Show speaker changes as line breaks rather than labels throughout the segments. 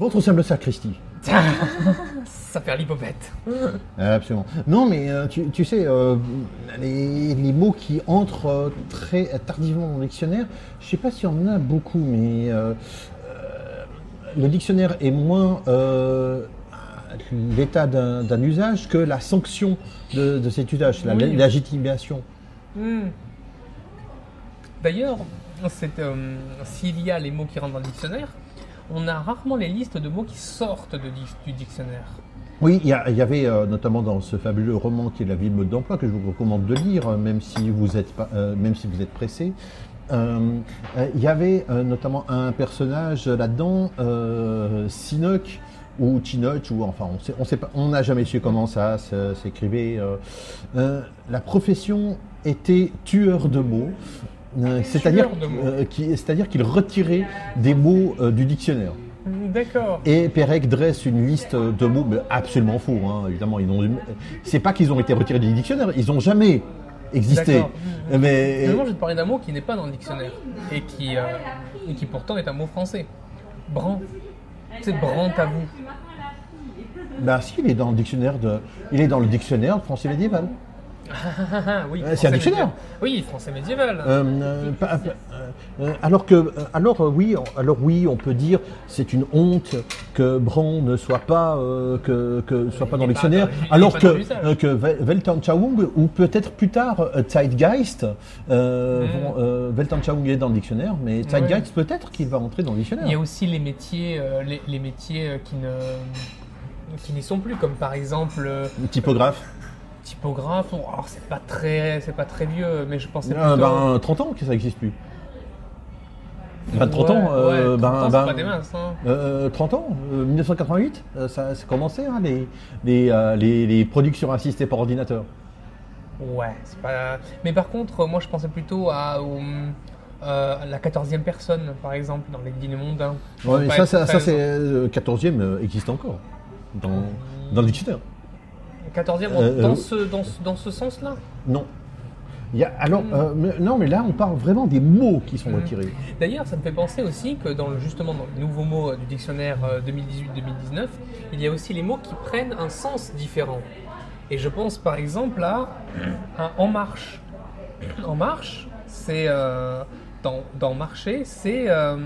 responsable de ça, Christy.
Ça fait l'hypopète.
Ah, Absolument. Non, mais euh, tu, tu sais, euh, les, les mots qui entrent euh, très tardivement dans le dictionnaire, je sais pas s'il y en a beaucoup, mais euh, euh, le dictionnaire est moins euh, l'état d'un d'un usage que la sanction de, de cet usage, la
Oui.
la légitimation.
Hmm. D'ailleurs, c'est, euh, s'il y a les mots qui rentrent dans le dictionnaire, on a rarement les listes de mots qui sortent de dic- du dictionnaire.
Oui, il y, a- il y avait euh, notamment dans ce fabuleux roman qui est La vie mode d'emploi que je vous recommande de lire, euh, même si vous êtes pas, euh, même si vous êtes pressé. Euh, euh, il y avait euh, notamment un personnage euh, là-dedans, euh, Sinoc ou Chinoch, ou enfin on sait, on sait pas, on n'a jamais su comment ça se- s'écrivait. euh. Euh, la profession était tueur de mots, euh, c'est-à-dire
de mots.
euh, qui- c'est-à-dire qu'il retirait des mots euh, du dictionnaire.
Hmm, D'accord.
Et Pérec dresse une liste de mots mais absolument faux, hein, évidemment. Ils n'ont, c'est pas qu'ils ont été retirés du dictionnaire, ils n'ont jamais existé.
D'accord.
Mais
Finalement, je vais te parler d'un mot qui n'est pas dans le dictionnaire et qui, euh, et qui pourtant est un mot français. Bran. C'est brant à vous.
bah, si, il est dans le dictionnaire de, il est dans le dictionnaire français médiéval.
Ah, oui,
Euh, c'est
français
un dictionnaire.
médiéval. Oui, français médiéval.
Euh, euh, pa- pa- euh, alors que, euh, alors euh, oui, on- alors oui, on peut dire c'est une honte que Bran ne soit pas euh, que, que soit pas dans
Il
le
est pas
dictionnaire,
dans- il est
alors
pas
que
dans l'usage.
euh, que Wel- Weltanschauung ou peut-être plus tard euh, Zeitgeist, euh,
Mm.
vont, euh, Weltanschauung est dans le dictionnaire, mais Zeitgeist peut-être qu'il va entrer dans le dictionnaire.
Il y a aussi les métiers, euh, les, les métiers euh, qui ne qui n'y sont plus, comme par exemple euh,
Typographe,
typographe. Bon, Alors c'est pas très, c'est pas très vieux, mais je pensais
Ah,
plutôt.
ben 30 ans que ça n'existe plus. 23 ans,
Ouais,
euh,
ouais, 30
ben,
ans, c'est
ben,
pas des masses. hein.
Euh, 30 ans, euh, 1988, euh, ça, ça commençait hein, les, les, euh, les, les productions assistées par ordinateur.
Ouais, c'est pas. Mais par contre, moi je pensais plutôt à au- euh, à la quatorzième personne, par exemple, dans les dîners mondains. Ils
Ouais,
vont
mais
pas
ça,
être
ça, ça,
très-
c'est euh, 14e euh, existe encore dans, dans le dictionnaire.
14e,
Euh,
dans,
euh,
ce, dans, ce, dans ce sens-là
Non. Il y a, alors, euh, mais- non, mais là, on parle vraiment des mots qui sont retirés.
D'ailleurs, ça me fait penser aussi que dans le, justement dans le nouveau mot euh, du dictionnaire euh, 2018-2019, il y a aussi les mots qui prennent un sens différent. Et je pense par exemple à, à En Marche. En Marche, c'est. euh, dans, dans Marcher, c'est. euh,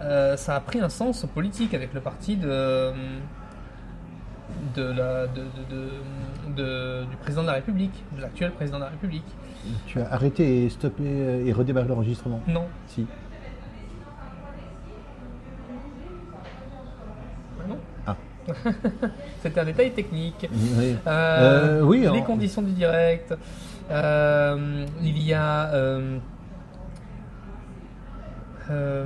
euh, ça a pris un sens politique avec le parti de. de la, de- de- de- de- du président de la République, de l'actuel président de la République.
Tu as arrêté et stoppé euh, et redémarré l'enregistrement.
Non,
Si.
non.
Ah.
C'était un détail technique.
Oui.
Euh,
Euh, oui,
les
alors-
conditions du direct. Euh, il y a. euh, euh,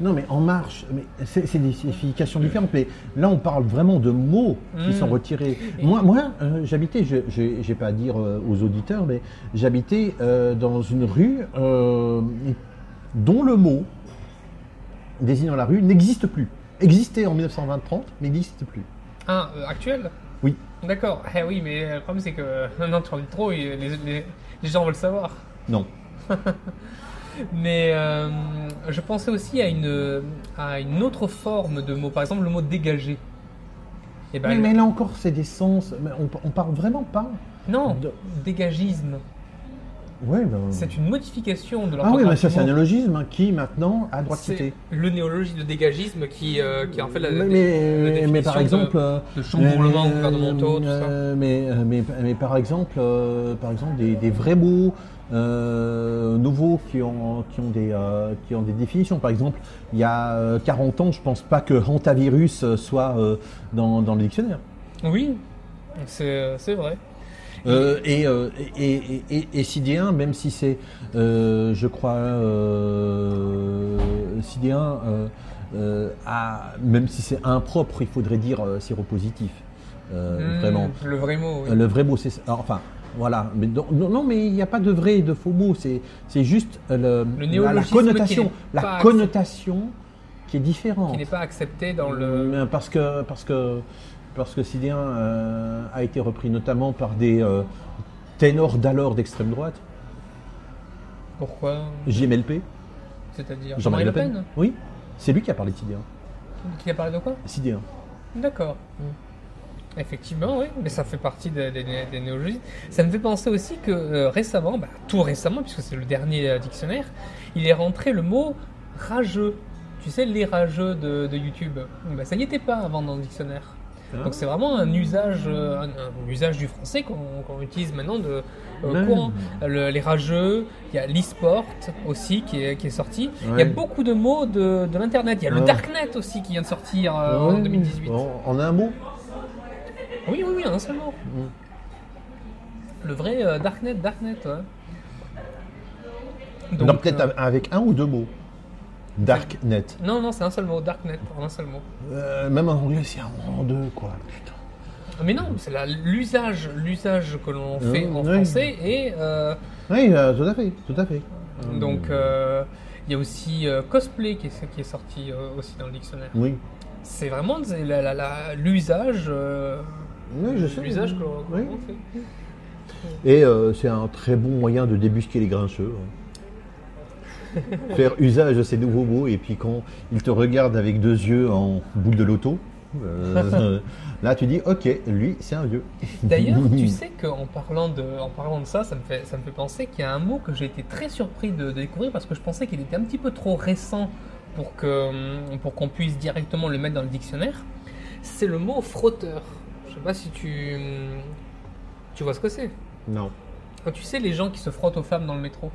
Non, mais en marche, mais c'est c'est des significations différentes. Mais là, on parle vraiment de mots qui
Mm.
sont retirés. Moi, moi euh, j'habitais, je n'ai pas à dire euh, aux auditeurs, mais j'habitais euh, dans une rue euh, dont le mot désignant la rue n'existe plus. Existait en 1920-30, mais n'existe plus.
ah, euh, actuel
Oui.
D'accord. Eh oui, mais le problème, c'est que maintenant, tu en dis trop, et les, les- les gens veulent savoir.
Non.
Mais euh, je pensais aussi à une, à une autre forme de mot. Par exemple, le mot dégager. Eh ben,
Mais,
le-
mais là encore, c'est des sens. Mais on, on parle vraiment pas.
Non,
de-
dégagisme.
Ouais, ben...
C'est une modification de
Ah oui,
l'orthographe
mais ça,
du
c'est un
mot.
néologisme hein, qui maintenant a droit de
C'est
citer.
le néologie de dégagisme qui, euh, qui est en fait la,
mais,
la- la
mais,
définition
mais par
de-
exemple, euh,
de chamboulement
mais-
gouvernementaux, tout ça.
euh, Mais, euh, mais, mais par exemple, euh, par exemple des, des vrais mots euh, nouveaux qui ont, qui, ont des, euh, qui ont des définitions. Par exemple, il y a euh, 40 ans, je pense pas que hantavirus soit euh, dans, dans le dictionnaire.
Oui, c'est c'est vrai.
Euh, et, euh, et, et, et, et Sidéen, même si c'est, euh, je crois, euh, Sidéen, euh, euh, a- même si c'est impropre, il faudrait dire euh, séropositif. Euh,
Hmm,
Vraiment.
Le vrai mot, oui.
Euh, Le vrai mot, c'est. alors, Enfin, voilà. Mais donc, non, non, mais il n'y a pas de vrai et de faux mot. C'est c'est juste euh, le, la,
Le
la
néologisme qui
connotation.
n'est pas
La
accepté.
connotation qui est différente.
qui n'est pas accepté dans le.
Mais Parce que parce que parce que Sidéen euh, a été repris notamment par des euh, ténors d'alors d'extrême droite,
Pourquoi
JMLP,
C'est-à-dire
Jean-Marie Le Pen. Oui. C'est lui qui a parlé de Sidien.
Qui a parlé de quoi
Sidien.
D'accord. Hmm. Effectivement, oui, mais ça fait partie des, des, des néologismes. Ça me fait penser aussi que euh, récemment, bah, tout récemment, puisque c'est le dernier euh, dictionnaire, il est rentré le mot rageux. Tu sais, les rageux de, de YouTube. Bah, ça n'y était pas avant dans le dictionnaire.
Hein
Donc c'est vraiment un usage, euh, un, un usage du français qu'on qu'on utilise maintenant de euh,
Même.
courant. Le- les rageux, il y a l'e-sport aussi qui est, qui est sorti. Il y a
Ouais.
beaucoup de mots de, de l'internet. Il y a le
Ouais.
darknet aussi qui vient de sortir euh, en
Ouais.
2018.
En, en un mot
Oui, oui, oui, un seul mot.
Mm.
Le vrai euh, darknet, darknet. Ouais. Donc,
Non, peut-être
euh,
avec un ou deux mots. Darknet.
non, non, c'est un seul mot, darknet, en un seul mot.
Euh, même en anglais, c'est un en deux, quoi. Putain.
Ah, Mais non, c'est la- l'usage, l'usage que l'on fait en
Ah, oui.
français et euh,
Oui, euh, tout à fait, tout à fait.
Donc, euh, il y a aussi euh, cosplay qui est, qui est sorti euh, aussi dans le dictionnaire.
Oui.
C'est vraiment c'est la- la- la- l'usage. euh,
Oui, je sais.
L'usage que l'on que
Oui.
l'on fait.
Et euh, c'est un très bon moyen de débusquer les grinceux. hein. Faire usage de ces nouveaux mots, et puis quand ils te regardent avec deux yeux en boule de loto, euh, là tu dis Ok, lui, c'est un vieux.
D'ailleurs, tu sais qu'en parlant, de- en parlant de ça, ça me fait, ça me fait penser qu'il y a un mot que j'ai été très surpris de, de découvrir parce que je pensais qu'il était un petit peu trop récent pour qu'on pour qu'on puisse directement le mettre dans le dictionnaire. C'est le mot frotteur. Je sais pas si tu, tu vois ce que c'est.
Non.
Quand tu sais, les gens qui se frottent aux femmes dans le métro,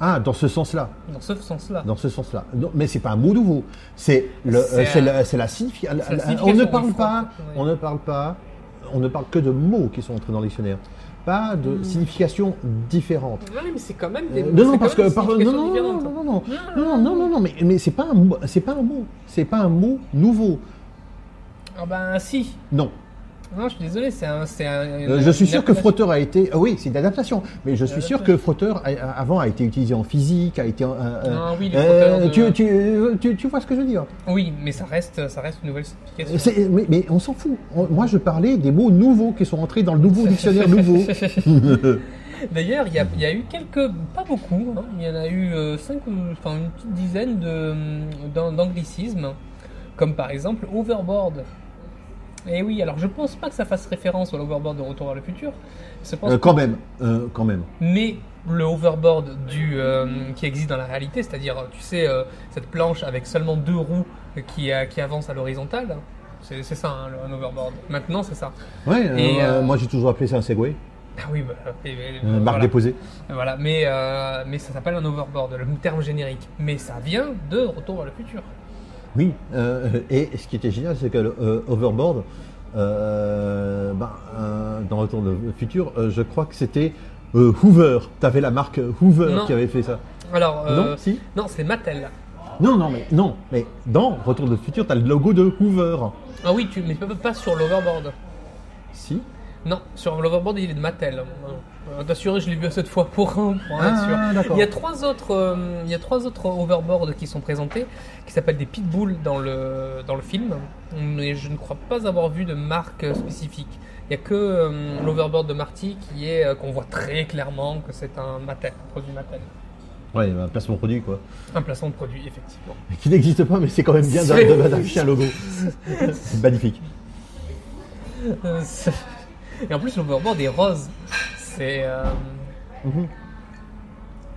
Ah, dans ce sens-là.
dans ce sens-là.
Dans ce sens-là. Non, mais c'est pas un mot nouveau. C'est le-
C'est
euh, c'est
un-
la, c'est la signifi- la- la-
signification,
On ne
oui,
parle
faut-
pas.
ouais.
On ne parle pas. On ne parle que de mots qui sont entrés dans le dictionnaire. Pas de
Hmm.
signification différente.
Ouais, mais c'est quand même des.
Euh, non,
c'est
non, parce
quand même
que par-
des
non,
significations
non, non,
différentes.
non, non, non, non, non, non, non, mais, mais c'est pas un, mot- c'est pas un mot, c'est pas un mot nouveau.
Ah ben si.
Non,
Non, je suis désolé, c'est un. c'est un-
Euh,
une-
je suis
une
sûr que
appellation.
frotteur a été, ah oui, c'est de l'adaptation, mais je suis sûr que frotteur a- a- avant a été utilisé en physique, a été. en- euh, euh,
Ah oui, les
euh,
frotteurs de-
tu, tu, euh, tu- tu vois ce que je veux dire
Oui, mais ça reste, ça reste une nouvelle signification.
C'est- mais, mais on s'en fout. On- moi, je parlais des mots nouveaux qui sont entrés dans le nouveau dictionnaire nouveau.
D'ailleurs, il y, a- il y a eu quelques, pas beaucoup, hein, il y en a eu euh, cinq ou, enfin une petite dizaine de d'an- d'anglicismes, comme par exemple overboard. Et oui, alors je pense pas que ça fasse référence à l'overboard de Retour vers le futur. Je pense
Euh, quand même, euh, quand même.
mais le hoverboard du, euh, qui existe dans la réalité, c'est-à-dire, tu sais, euh, cette planche avec seulement deux roues qui, euh, qui avance à l'horizontale, c'est c'est ça, hein, le- un hoverboard. Maintenant, c'est ça.
Ouais. euh,
Et, euh,
moi, j'ai toujours appelé ça un Segway,
Ah oui, bah, et- et-
euh, marque
voilà.
déposée.
Voilà, mais, euh, mais ça s'appelle un hoverboard, le terme générique. Mais ça vient de Retour vers le futur.
Oui, euh, et ce qui était génial, c'est que le, euh, Overboard, euh, ben, euh, dans Retour de futur, euh, je crois que c'était euh, Hoover. Tu avais la marque Hoover
Non.
qui avait fait ça.
Alors, euh,
Non, si.
non c'est Mattel.
Non, non, mais non, mais dans Retour de futur, tu as le logo de Hoover.
Ah oui, tu, mais tu peux pas sur l'hoverboard.
Si.
Non, sur l'overboard, il est de Mattel. Euh, T'assurer, je l'ai vu à cette fois pour, pour être
Ah,
sûr.
d'accord.
Il y a trois autres, euh, il y a trois autres overboards qui sont présentés, qui s'appellent des pitbulls dans le dans le film, mais je ne crois pas avoir vu de marque euh, spécifique. Il y a que euh, l'overboard de Marty qui est euh, qu'on voit très clairement que c'est un Mattel, un produit Mattel,
Ouais, un placement produit, quoi.
un placement de produit effectivement.
Qui n'existe pas, mais c'est quand même bien d'a-
C'est-
d'a- d'afficher un logo. C'est magnifique.
Euh, c'est- Et en plus l'overboard est rose, c'est euh,
Mhm.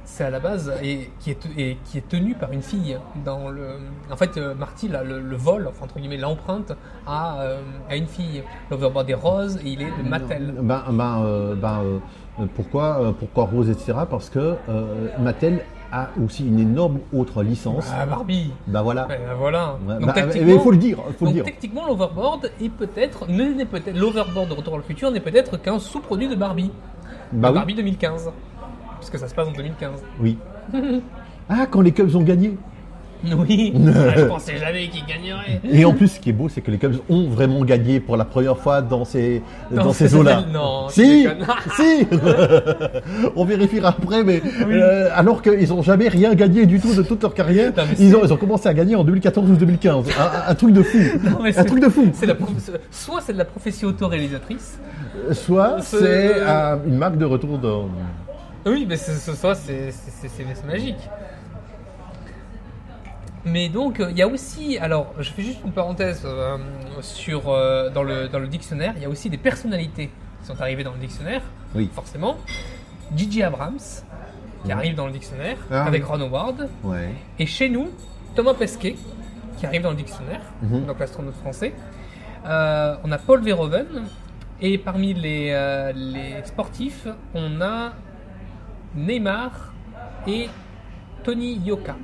c'est à la base et qui est et qui est tenu par une fille dans le en fait euh, Marty là, le, le vol enfin entre guillemets l'empreinte à, euh, à une fille l'overboard est rose et il est de Mattel
Ben, ben, euh, ben, euh, pourquoi, euh, pourquoi Rose, etc. Parce que euh, Mattel a aussi une énorme autre licence.
Ah, Barbie
Ben voilà.
Ben, voilà
Ouais,
donc
bah,
tactiquement-
mais il faut le dire, faut le
donc,
dire.
techniquement l'overboard est peut-être ne- n'est peut-être l'overboard de Retour vers le futur n'est peut-être qu'un sous-produit de Barbie
Bah
De
oui.
Barbie 2015 puisque ça se passe en 2015
Oui. ah, quand les Cubs ont gagné.
oui Ah, je pensais jamais qu'il gagnerait
Et en plus, ce qui est beau, c'est que les Cubs ont vraiment gagné pour la première fois dans ces,
Dans
dans
ces
ces eaux-là.
hôtels, non,
si,
tu déconnes.
si. On vérifiera après, mais euh, alors qu'ils n'ont jamais rien gagné du tout de toute leur carrière,
Non, mais
ils ont, ils ont commencé à gagner en 2014 ou 2015. Un, un- un truc de fou.
Non, mais
un
c'est-
truc de fou.
c'est la prof- soit c'est de la prophétie autoréalisatrice
Soit
c'est-
c'est euh, une marque de retour dans.
Oui, mais ce, ce soir, c'est c'est- c'est- c'est- c'est magique. Mais donc, euh, il y a aussi, alors, je fais juste une parenthèse euh, sur, euh, dans, le, dans le dictionnaire, il y a aussi des personnalités qui sont arrivées dans le dictionnaire,
Oui.
forcément. Gigi Abrams, qui
Mhm.
arrive dans le dictionnaire,
Ah,
avec
oui.
Ron Howard.
Ouais.
Et chez nous, Thomas Pesquet, qui arrive dans le dictionnaire,
Mhm.
donc l'astronaute français. Euh, on a Paul Verhoeven. Et parmi les, euh, les sportifs, on a Neymar et Tony Yoka.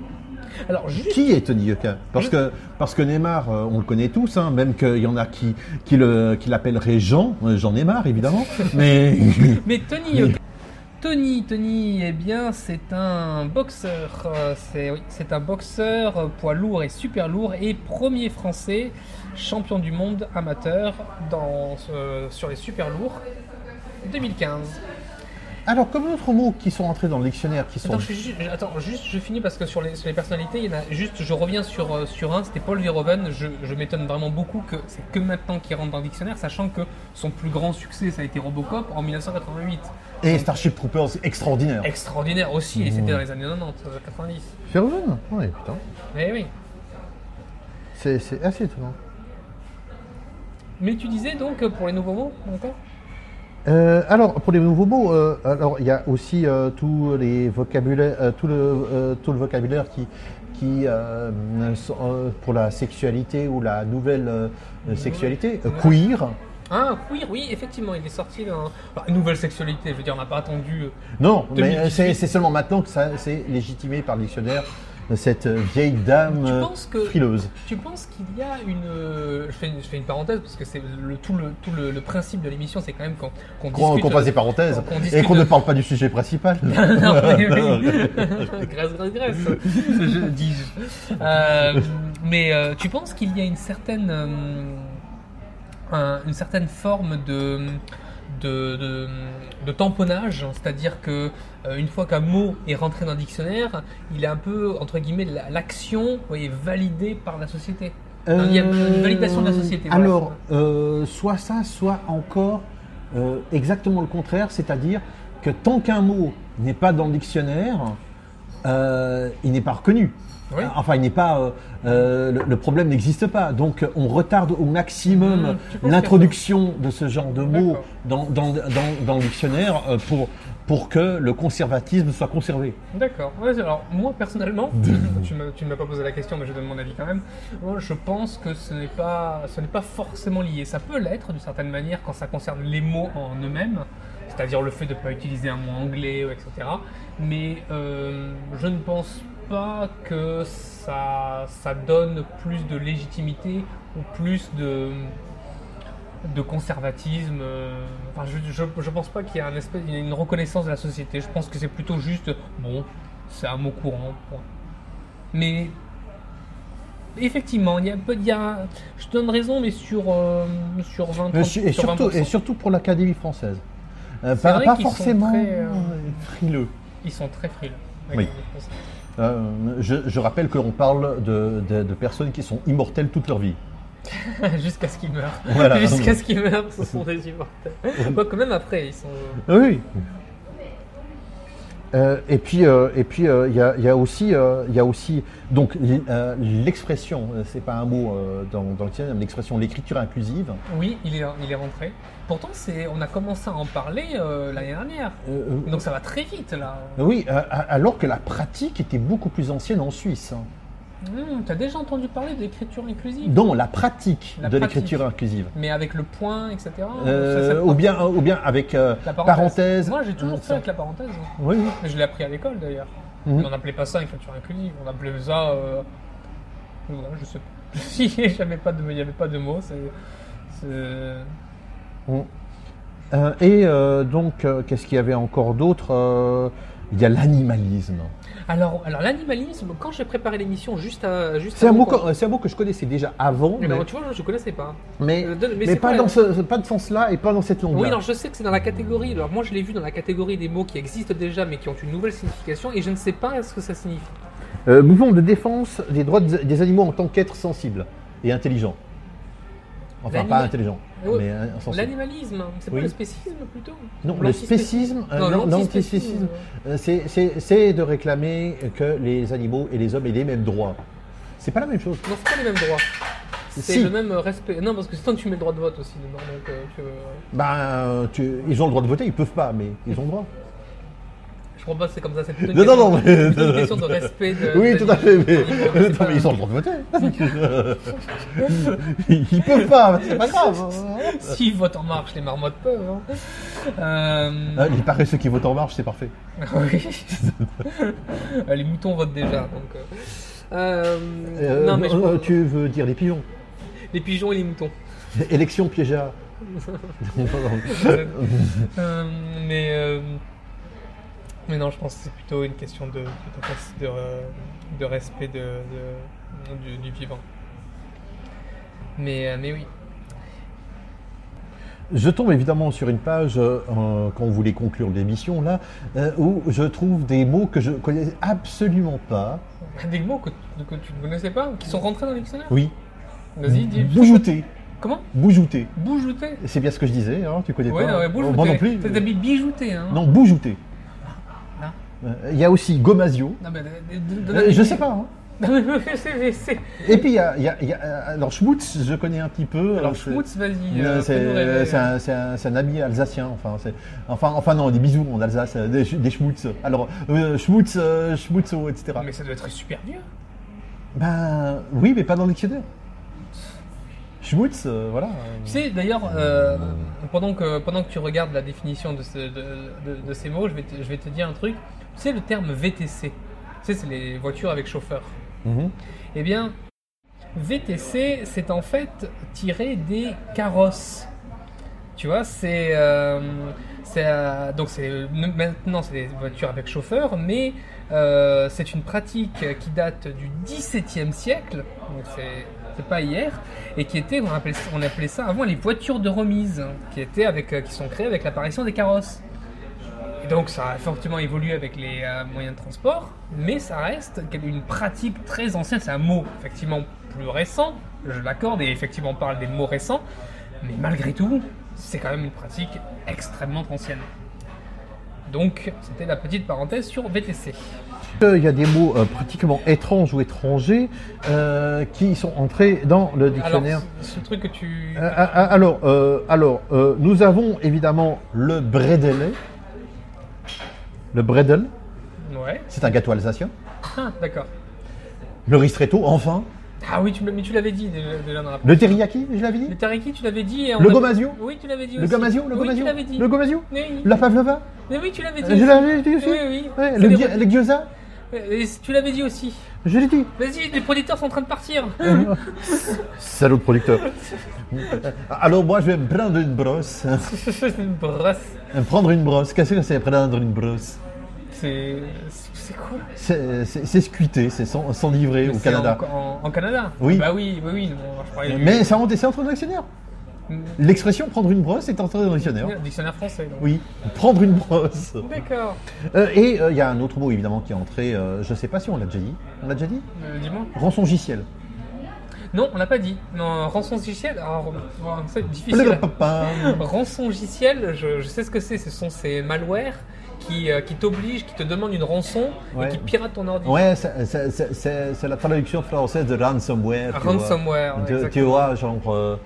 Alors, juste.
Qui est Tony Yoka Parce que parce que Neymar, euh, on le connaît tous, hein, même qu'il y en a qui qui le qui l'appelleraient Jean, euh, Jean Neymar évidemment, mais
Mais Tony Yoka. Tony, Tony, eh bien, c'est un boxeur. euh, C'est oui, c'est un boxeur euh, poids lourd et super lourd et premier français champion du monde amateur dans, ce- sur les super lourds 2015.
alors comme d'autres mots qui sont entrés dans le dictionnaire, qui sont
Attends, je, suis ju- je- attends, juste, je finis parce que sur les, sur les personnalités, il y en a juste, je reviens sur, euh, sur un, c'était Paul Verhoeven. Je, je m'étonne vraiment beaucoup que c'est que maintenant qu'il rentre dans le dictionnaire, sachant que son plus grand succès, ça a été Robocop en 1988.
et Starship Troopers extraordinaire.
Extraordinaire aussi, et
Mmh.
c'était dans les années 90, euh, 90.
Verhoeven Ouais, putain.
Mais oui.
C'est c'est assez étonnant.
Mais tu disais donc euh, pour les nouveaux mots, encore
Euh, alors pour les nouveaux mots, euh, alors il y a aussi euh, tous les vocabulaires, euh, tout le euh, tout le vocabulaire qui qui euh, sont, euh, pour la sexualité ou la nouvelle euh, sexualité, euh, queer.
Ah, queer, oui, effectivement, il est sorti dans. Enfin, nouvelle sexualité, je veux dire, on n'a pas attendu. euh,
Non, mais
2018.
c'est c'est seulement maintenant que ça c'est légitimé par le dictionnaire cette vieille dame
Tu
euh,
penses que-
frileuse.
Tu penses qu'il y a une. euh, Je fais une, je fais une parenthèse parce que c'est le, tout, le, tout le, le principe de l'émission, c'est quand même qu'on qu'on
Qu'on qu'on
discute.
fasse des parenthèses
qu'on
et
discute
qu'on ne
de-
parle pas du sujet principal.
Non, mais oui. graisse, graisse, graisse. Je dis. Euh, mais euh, tu penses qu'il y a une certaine, euh, un- une certaine forme de, de, de, de tamponnage, c'est-à-dire que euh, une fois qu'un mot est rentré dans le dictionnaire, il est un peu entre guillemets la- l'action vous voyez, validée par la société.
Euh,
Il y a une validation de la société. voilà.
Alors, euh, soit ça, soit encore euh, exactement le contraire, c'est-à-dire que tant qu'un mot n'est pas dans le dictionnaire, euh, il n'est pas reconnu.
Oui.
Enfin, il n'est pas. euh, euh, le, le problème n'existe pas. Donc, on retarde au maximum
Mmh, tu penses
l'introduction de ce genre de mots
D'accord.
dans, dans- dans- dans le dictionnaire euh, pour, pour que le conservatisme soit conservé.
D'accord. Ouais, alors moi personnellement, tu me- tu ne m'as pas posé la question, mais je donne mon avis quand même. Moi, je pense que ce n'est pas, ce n'est pas forcément lié. Ça peut l'être d'une certaine manière quand ça concerne les mots en eux-mêmes, c'est-à-dire le fait de ne pas utiliser un mot anglais, etc. Mais euh, je ne pense pas que ça, ça donne plus de légitimité ou plus de de conservatisme. euh, Enfin, je, je, je pense pas qu'il y ait un espèce, il y ait une reconnaissance de la société. Je pense que c'est plutôt juste, bon, c'est un mot courant. point. Mais effectivement, il y a, peu- il y a, je te donne raison, mais sur euh, sur 20
Mais
30,
su- et,
sur
surtout,
20%,
et surtout pour l'Académie française. Euh,
C'est
pas
vrai
pas
qu'ils sont
forcément
très, euh,
euh, frileux.
ils sont très frileux.
Oui. Euh, je, je rappelle que l'on parle de, de- de personnes qui sont immortelles toute leur vie.
Jusqu'à ce qu'ils meurent.
Voilà.
Jusqu'à ce qu'ils meurent, ce sont des immortels. Quoi, quand même après, ils sont.
Oui. Euh, et puis, euh, et puis, euh, il y, a- il y a aussi, euh, il y a aussi, donc l- euh, l'expression, euh, c'est pas un mot euh, dans, dans le dictionnaire, mais l'expression, l'écriture inclusive.
Oui, il est, il est rentré. Pourtant, c'est, on a commencé à en parler euh, l'année dernière.
Euh,
Donc ça va très vite là.
euh, oui, euh, alors que la pratique était beaucoup plus ancienne en Suisse. hein.
Hmm, T'as déjà entendu parler d'écriture inclusive
Non, la pratique
La
de
pratique.
l'écriture inclusive.
Mais avec le point, etc.
Euh,
ça, ça-
ou bien, ou bien avec euh,
la
parenthèse.
Moi j'ai
euh,
toujours fait
ça.
avec la parenthèse. hein.
Oui, oui.
Je l'ai appris à l'école d'ailleurs.
Mhm.
Mais On n'appelait pas ça écriture inclusive. On appelait ça. euh, voilà, je sais pas. Si, j'avais pas de- Il n'y avait pas de mots. c'est- c'est-
Bon. Euh, et euh, donc, euh, qu'est-ce qu'il y avait encore d'autre Euh, Il y a l'animalisme.
Alors, alors l'animalisme, quand j'ai préparé l'émission juste à. Juste
C'est un,
avant
mot
qu'on-
que- c'est un mot que je connaissais déjà avant,
Eh
mais,
ben, tu vois, je ne connaissais pas.
mais,
Euh, donne- mais
mais
c'est
pas,
quoi,
dans
la-
ce, pas de sens-là et pas dans cette
Oui,
longueur.
alors je sais que c'est dans la catégorie. Alors moi, je l'ai vu dans la catégorie des mots qui existent déjà, mais qui ont une nouvelle signification, et je ne sais pas ce que ça signifie.
Euh, mouvement de défense des droits des des animaux en tant qu'êtres sensibles et intelligents. Enfin, pas
L'animal-
intelligents,
Ouais.
mais euh, sensibles.
L'animalisme, c'est
Oui.
pas le spécisme plutôt
Non, le spécisme,
L'antispécisme.
euh,
Non,
non,
l'antispécisme.
l'antispécisme, euh, c'est- c'est c'est de réclamer que les animaux et les hommes aient les mêmes droits. C'est pas la même chose.
Non, c'est pas les mêmes droits. C'est
Si.
le même respect. Non, parce que c'est tant que tu mets le droit de vote aussi dedans. Donc, euh, tu, euh,
Ben, tu- ils ont le droit de voter, ils peuvent pas, mais ils ont le droit.
je crois pas que c'est comme ça. C'est plutôt une
Non, non,
question-
non, mais-
c'est plutôt
non,
une question
non,
de
non.
respect. de-
Oui,
de-
tout à fait, mais,
C'est
non,
pas-
mais ils ont le droit de voter. ils peuvent pas, c'est pas grave. hein.
S'ils votent en marche, les marmottes peuvent. hein. Euh,
Ah, Les paresseux qui votent en marche, c'est parfait.
oui. Euh, les moutons votent déjà. Donc, euh, euh,
Euh,
non, mais je-
euh, Tu veux dire les pigeons
les pigeons et les moutons.
Élection piégea.
Euh, mais, euh, mais non, je pense que c'est plutôt une question de, de, de- de- de respect de, de- du, du vivant. Mais, euh, mais oui.
Je tombe évidemment sur une page, euh, euh, quand on voulait conclure l'émission, là, euh, où je trouve des mots que je connais absolument pas.
Des mots que, que tu ne connaissais pas, qui sont rentrés dans le dictionnaire.
Oui.
Vas-y,
Euh,
dis.
Boujouté.
Comment
Boujouté.
Boujouter
C'est bien ce que je disais, hein, tu connais
Ouais,
pas.
ouais, boujouter.
Moi non plus.
T'as dit bijouter, hein
Non, boujouté.
Non.
Euh, Il y a aussi Gomasio.
Non, mais,
Euh, je sais pas. hein.
c'est, c'est-
Et puis, il y a, il y a- il y a- euh, alors Schmutz, je connais un petit peu.
Alors,
c'est-
Schmutz, vas-y.
Euh,
euh, fais-nous
C'est
rêver.
c'est un, c'est un- c'est un ami alsacien, enfin, c'est- enfin, enfin non, des bisous en Alsace, euh, des, sch- des schmutz. Alors, euh, schmutz, euh, schmutzo, etc.
Mais ça doit être super vieux.
Ben oui, mais pas dans le dictionnaire. Schmutz, euh, voilà.
Tu sais, d'ailleurs, euh, pendant, que, pendant que tu regardes la définition de, ce- de- de- de ces mots, je vais, te, je vais te dire un truc. Tu sais, le terme VTC, tu sais, c'est les voitures avec chauffeur.
Mhm.
Eh bien, VTC, c'est en fait tiré des carrosses. Tu vois, c'est. euh, c'est, euh, donc, c'est, maintenant, c'est des voitures avec chauffeur, mais euh, c'est une pratique qui date du XVIIe siècle, donc c'est, c'est pas hier, et qui était, on appelait, on appelait ça avant les voitures de remise, hein, qui, étaient avec, euh, qui sont créées avec l'apparition des carrosses. Et donc ça a fortement évolué avec les euh, moyens de transport, mais ça reste une pratique très ancienne, c'est un mot effectivement plus récent, je l'accorde, et effectivement on parle des mots récents, mais malgré tout, c'est quand même une pratique extrêmement ancienne. Donc c'était la petite parenthèse sur VTC.
Euh, Il y a des mots euh, pratiquement étranges ou étrangers euh, qui sont entrés dans le dictionnaire.
Alors, ce ce truc que tu...
Euh, ah, ah, alors, euh, alors euh, nous avons évidemment le bredele. Le bredel,
Ouais.
c'est un gâteau alsacien.
Ah, d'accord.
Le ristretto, enfin.
Ah oui, tu, me- mais tu l'avais dit déjà, déjà dans la...
Le teriyaki, je l'avais dit
Le Tariki, tu l'avais dit... et on
Le
a-
gomasio
Oui, tu l'avais dit
Le
aussi.
gomasio Le
Oui, tu
gomasio
l'avais dit.
Le gomasio
Oui, oui.
La pavlova
Mais oui, tu l'avais dit
Je
aussi.
Euh, l'avais dit aussi
Oui, oui.
Ouais,
C'est
le,
des
gui- le gyoza
Et tu l'avais dit aussi.
Je l'ai dit
Vas-y, les producteurs sont en train de partir.
Euh. Salaud de producteur Alors moi je vais me prendre une brosse.
C'est une brasse.
Prendre une brosse, qu'est-ce que c'est prendre une brosse
C'est c'est quoi
C'est c'est- c'est squiter, c'est s'en- s'enivrer au
C'est
Canada.
En, en- en Canada
Oui.
Bah oui, oui, oui. non, je parlais du-
Mais ça rentre, c'est entré dans le dictionnaire. L'expression prendre une brosse est entrée dans le dictionnaire.
Dictionnaire français. donc.
Oui, prendre une brosse.
D'accord.
Euh, et euh, il y a un autre mot évidemment qui est entré, euh, je sais pas si on l'a déjà dit. On l'a déjà dit
Euh, Dis-moi.
Rançongiciel.
Non, on l'a pas dit. Non, rançon logiciel. Ah, Alors, bon, c'est difficile.
Blablabla.
Rançon logiciel, je, je sais ce que c'est. Ce sont ces malwares qui, euh, qui t'obligent, qui te demandent une rançon
Ouais.
et qui piratent ton ordi.
Ouais, c'est- c'est- c'est c'est- c'est la traduction française de ransomware. tu vois.
Ransomware.
Tu- Tu,
exactement.
vois, genre. euh,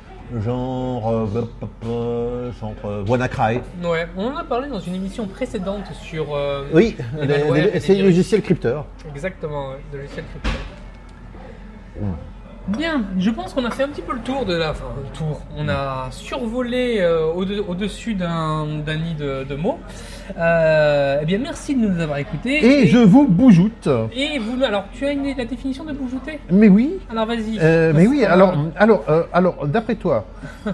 genre. euh, bop, bop, bop, genre. euh, WannaCry.
Ouais, on en a parlé dans une émission précédente sur. euh,
Oui, les-
Les malwares
les-
et les
c'est les
virus.
logiciels crypteurs.
Exactement, ouais, de logiciel crypto.
Mmh.
Bien, je pense qu'on a fait un petit peu le tour de la. Enfin, le tour. On a survolé euh, au-de- au-dessus d'un d'un nid de, de mots. Euh, eh bien, merci de nous avoir écoutés.
Et je vous boujoute.
et vous. Alors, tu as une, la définition de boujouter
Mais oui.
Alors, vas-y.
euh, mais oui,
Parce que-
alors, alors, euh, alors d'après toi,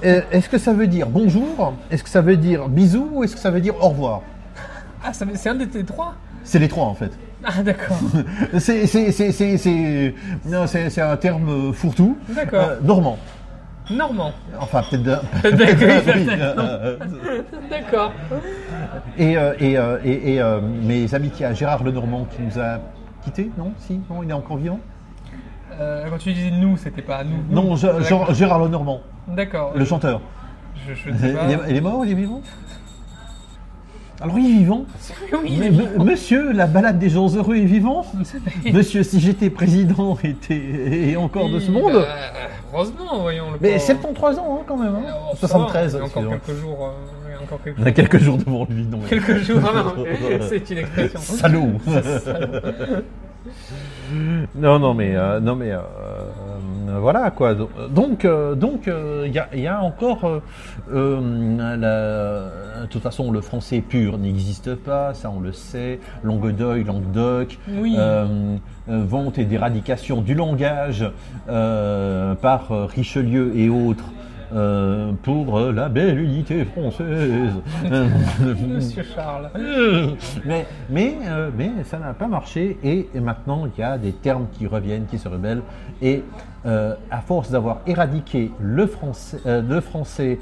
euh, est-ce que ça veut dire bonjour Est-ce que ça veut dire bisous Ou est-ce que ça veut dire au revoir
Ah, ça- c'est un des des trois
C'est les trois en fait.
Ah, d'accord.
C'est- c'est- c'est- c'est- c'est- non, c'est c'est un terme euh, fourre-tout.
D'accord.
Euh, normand.
Normand.
Enfin, peut-être. d'un- Oui, euh,
D'accord.
Et, euh, et, euh, et- et, euh, mes amitiés à Gérard Lenormand qui nous a quittés, non Si Non, il est encore vivant
Euh, quand tu disais nous, c'était pas nous. nous.
Non, Ge-
D'accord.
Ge- Gérard Lenormand,
D'accord.
le chanteur.
Je, je
Euh, Il
sais pas.
est, il est mort ou il est vivant Alors, il est vivant.
Oui,
Mais-
il est
me- Monsieur, la balade des gens heureux est vivant
vivant.
Monsieur, si j'étais président et, t'es- et encore de ce
Il,
monde
euh, heureusement, voyons. Le
Mais
pauvre.
73 ans hein, quand même, hein.
Alors, ça va,
73.
il y a encore
excusez-moi.
quelques jours. euh, il y a encore quelques
On a quelques jours devant lui, non mais-
Quelques jours. Ah, non, c'est une expression.
Salaud. Non, non, mais, euh, non, mais euh, euh, voilà quoi. Donc, euh, donc, euh, il y, a, il y a encore. euh, euh, la- De toute façon, le français pur n'existe pas, ça on le sait. Languedoc, Languedoc,
Oui.
euh, euh, vente et d'éradication du langage euh, par euh, Richelieu et autres. euh, pour euh, la belle unité française.
Monsieur Charles.
mais mais, euh, mais ça n'a pas marché et, et maintenant il y a des termes qui reviennent, qui se rebellent et euh, à force d'avoir éradiqué le français, euh, le français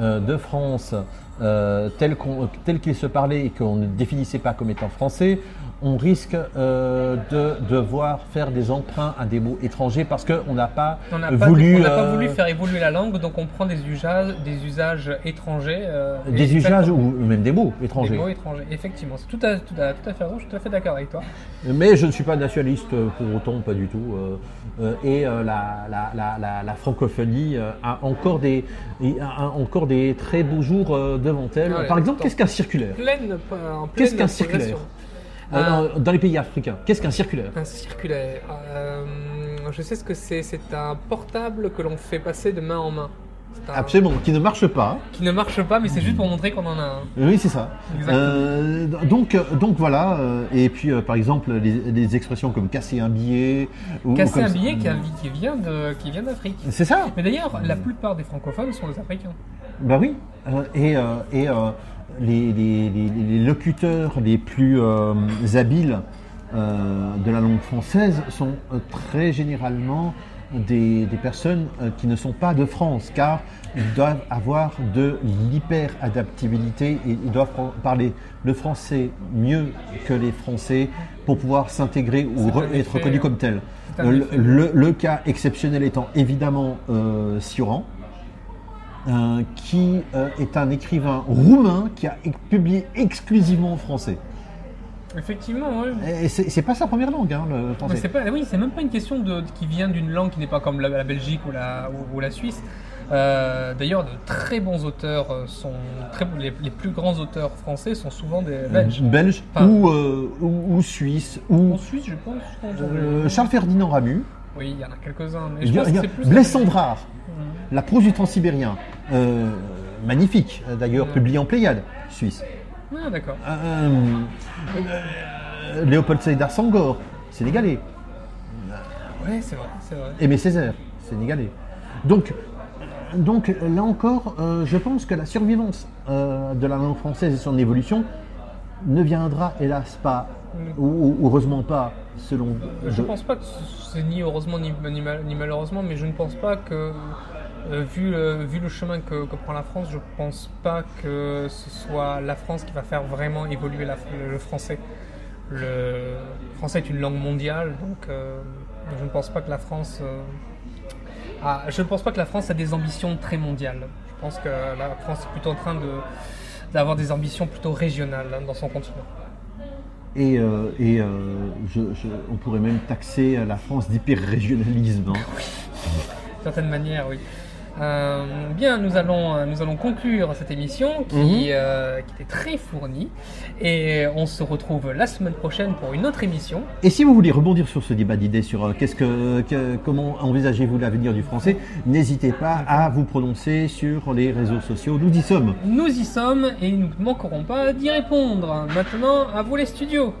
euh, de France euh, tel qu'on- tel qu'il se parlait et qu'on ne définissait pas comme étant français, on risque euh, de devoir faire des emprunts à des mots étrangers parce qu'on n'a pas,
On n'a pas,
voulu
on n'a pas
euh,
voulu faire évoluer la langue, donc on prend des usages, des usages étrangers. euh,
des
et-
usages ou même des mots étrangers.
Des mots étrangers, effectivement. C'est tout à, tout, à, tout à fait raison, je suis tout à fait d'accord avec toi.
Mais je ne suis pas nationaliste euh, pour autant, pas du tout. euh, euh, et euh, la, la- la- la- la francophonie euh, a, encore des, et a- a encore des très beaux jours euh, devant elle.
Ouais,
Par exemple,
attends.
qu'est-ce qu'un circulaire Euh,
Pleine, euh, en pleine
Qu'est-ce qu'un
progression.
circulaire
Ah
Euh, dans- Dans les pays africains, qu'est-ce qu'un circulaire
Un circulaire. euh, je sais ce que c'est. C'est un portable que l'on fait passer de main en main. C'est un-
Absolument, qui ne marche pas.
Qui ne marche pas, mais c'est juste pour montrer qu'on en a un.
Oui, c'est ça.
Exactement.
Euh, donc, euh, donc voilà. euh, et puis, euh, par exemple, les, les expressions comme casser un billet. Ou, ou
Casser
comme
un
ça.
billet qui, invi- qui vient de- qui vient d'Afrique.
C'est ça.
Mais d'ailleurs, la plupart des francophones sont les Africains.
Ben oui. Euh, et euh, et euh, les, les- les- les locuteurs les plus euh, habiles euh, de la langue française sont euh, très généralement des, des personnes euh, qui ne sont pas de France, car ils doivent avoir de l'hyper-adaptabilité et ils doivent pr- parler le français mieux que les Français pour pouvoir s'intégrer ou
C'est
re-
un
être
effet,
reconnus
euh,
comme tels.
c'est un
Euh,
effet.
Le, le cas exceptionnel étant évidemment euh, Sioran, euh, qui euh, est un écrivain roumain qui a ex- publié exclusivement en français.
Effectivement, oui.
Et c'est c'est pas sa première langue, hein, le
Mais
français.
c'est pas, oui, c'est même pas une question de, de- qui vient d'une langue qui n'est pas comme la, la Belgique ou la, ou, ou la Suisse. Euh, D'ailleurs, de très bons auteurs euh, sont très, les, les plus grands auteurs français sont souvent des Belges.
Belge
Enfin-
ou, euh, ou, ou suisse
En
ou
Suisse, je pense. je pense,
Mm-hmm. euh,
euh,
Charles Ferdinand Ramu,
Oui, il y en a quelques-uns. Mais je pense que c'est plus.
Blaise Sandrard,
Mhm.
La prose du transsibérien, euh, magnifique euh, d'ailleurs,
Ouais.
publié en Pléiade, suisse.
Ah, d'accord.
Euh, euh, Léopold Sédar Sangor, sénégalais.
Ouais, c'est vrai, c'est vrai.
Aimé Césaire, sénégalais. Donc, donc là encore, euh, je pense que la survivance euh, de la langue française et son évolution ne viendra, hélas, pas,
Mm.
ou, ou heureusement pas, selon.
Je pense pas que ce- c'est ni heureusement ni, ni mal- ni malheureusement, mais je ne pense pas que, euh, vu, le, vu le chemin que, que prend la France, je pense pas que ce soit la France qui va faire vraiment évoluer la- le, le français. Le français est une langue mondiale, donc euh, je ne pense pas que la France. euh, a- je ne pense pas que la France a des ambitions très mondiales. Je pense que la France est plutôt en train de d'avoir des ambitions plutôt régionales hein, dans son continent.
Et, euh, et euh, je- je- on pourrait même taxer la France d'hyper-régionalisme. hein.
certaine manière, oui. Euh, bien, nous allons, nous allons conclure cette émission qui, euh, qui était très fournie. Et on se retrouve la semaine prochaine pour une autre émission.
Et si vous voulez rebondir sur ce débat d'idées, sur euh, qu'est-ce que, que- comment envisagez-vous l'avenir du français, n'hésitez pas à vous prononcer sur les réseaux sociaux. Nous y sommes.
Nous y sommes et nous ne manquerons pas d'y répondre. Maintenant, à vous les studios.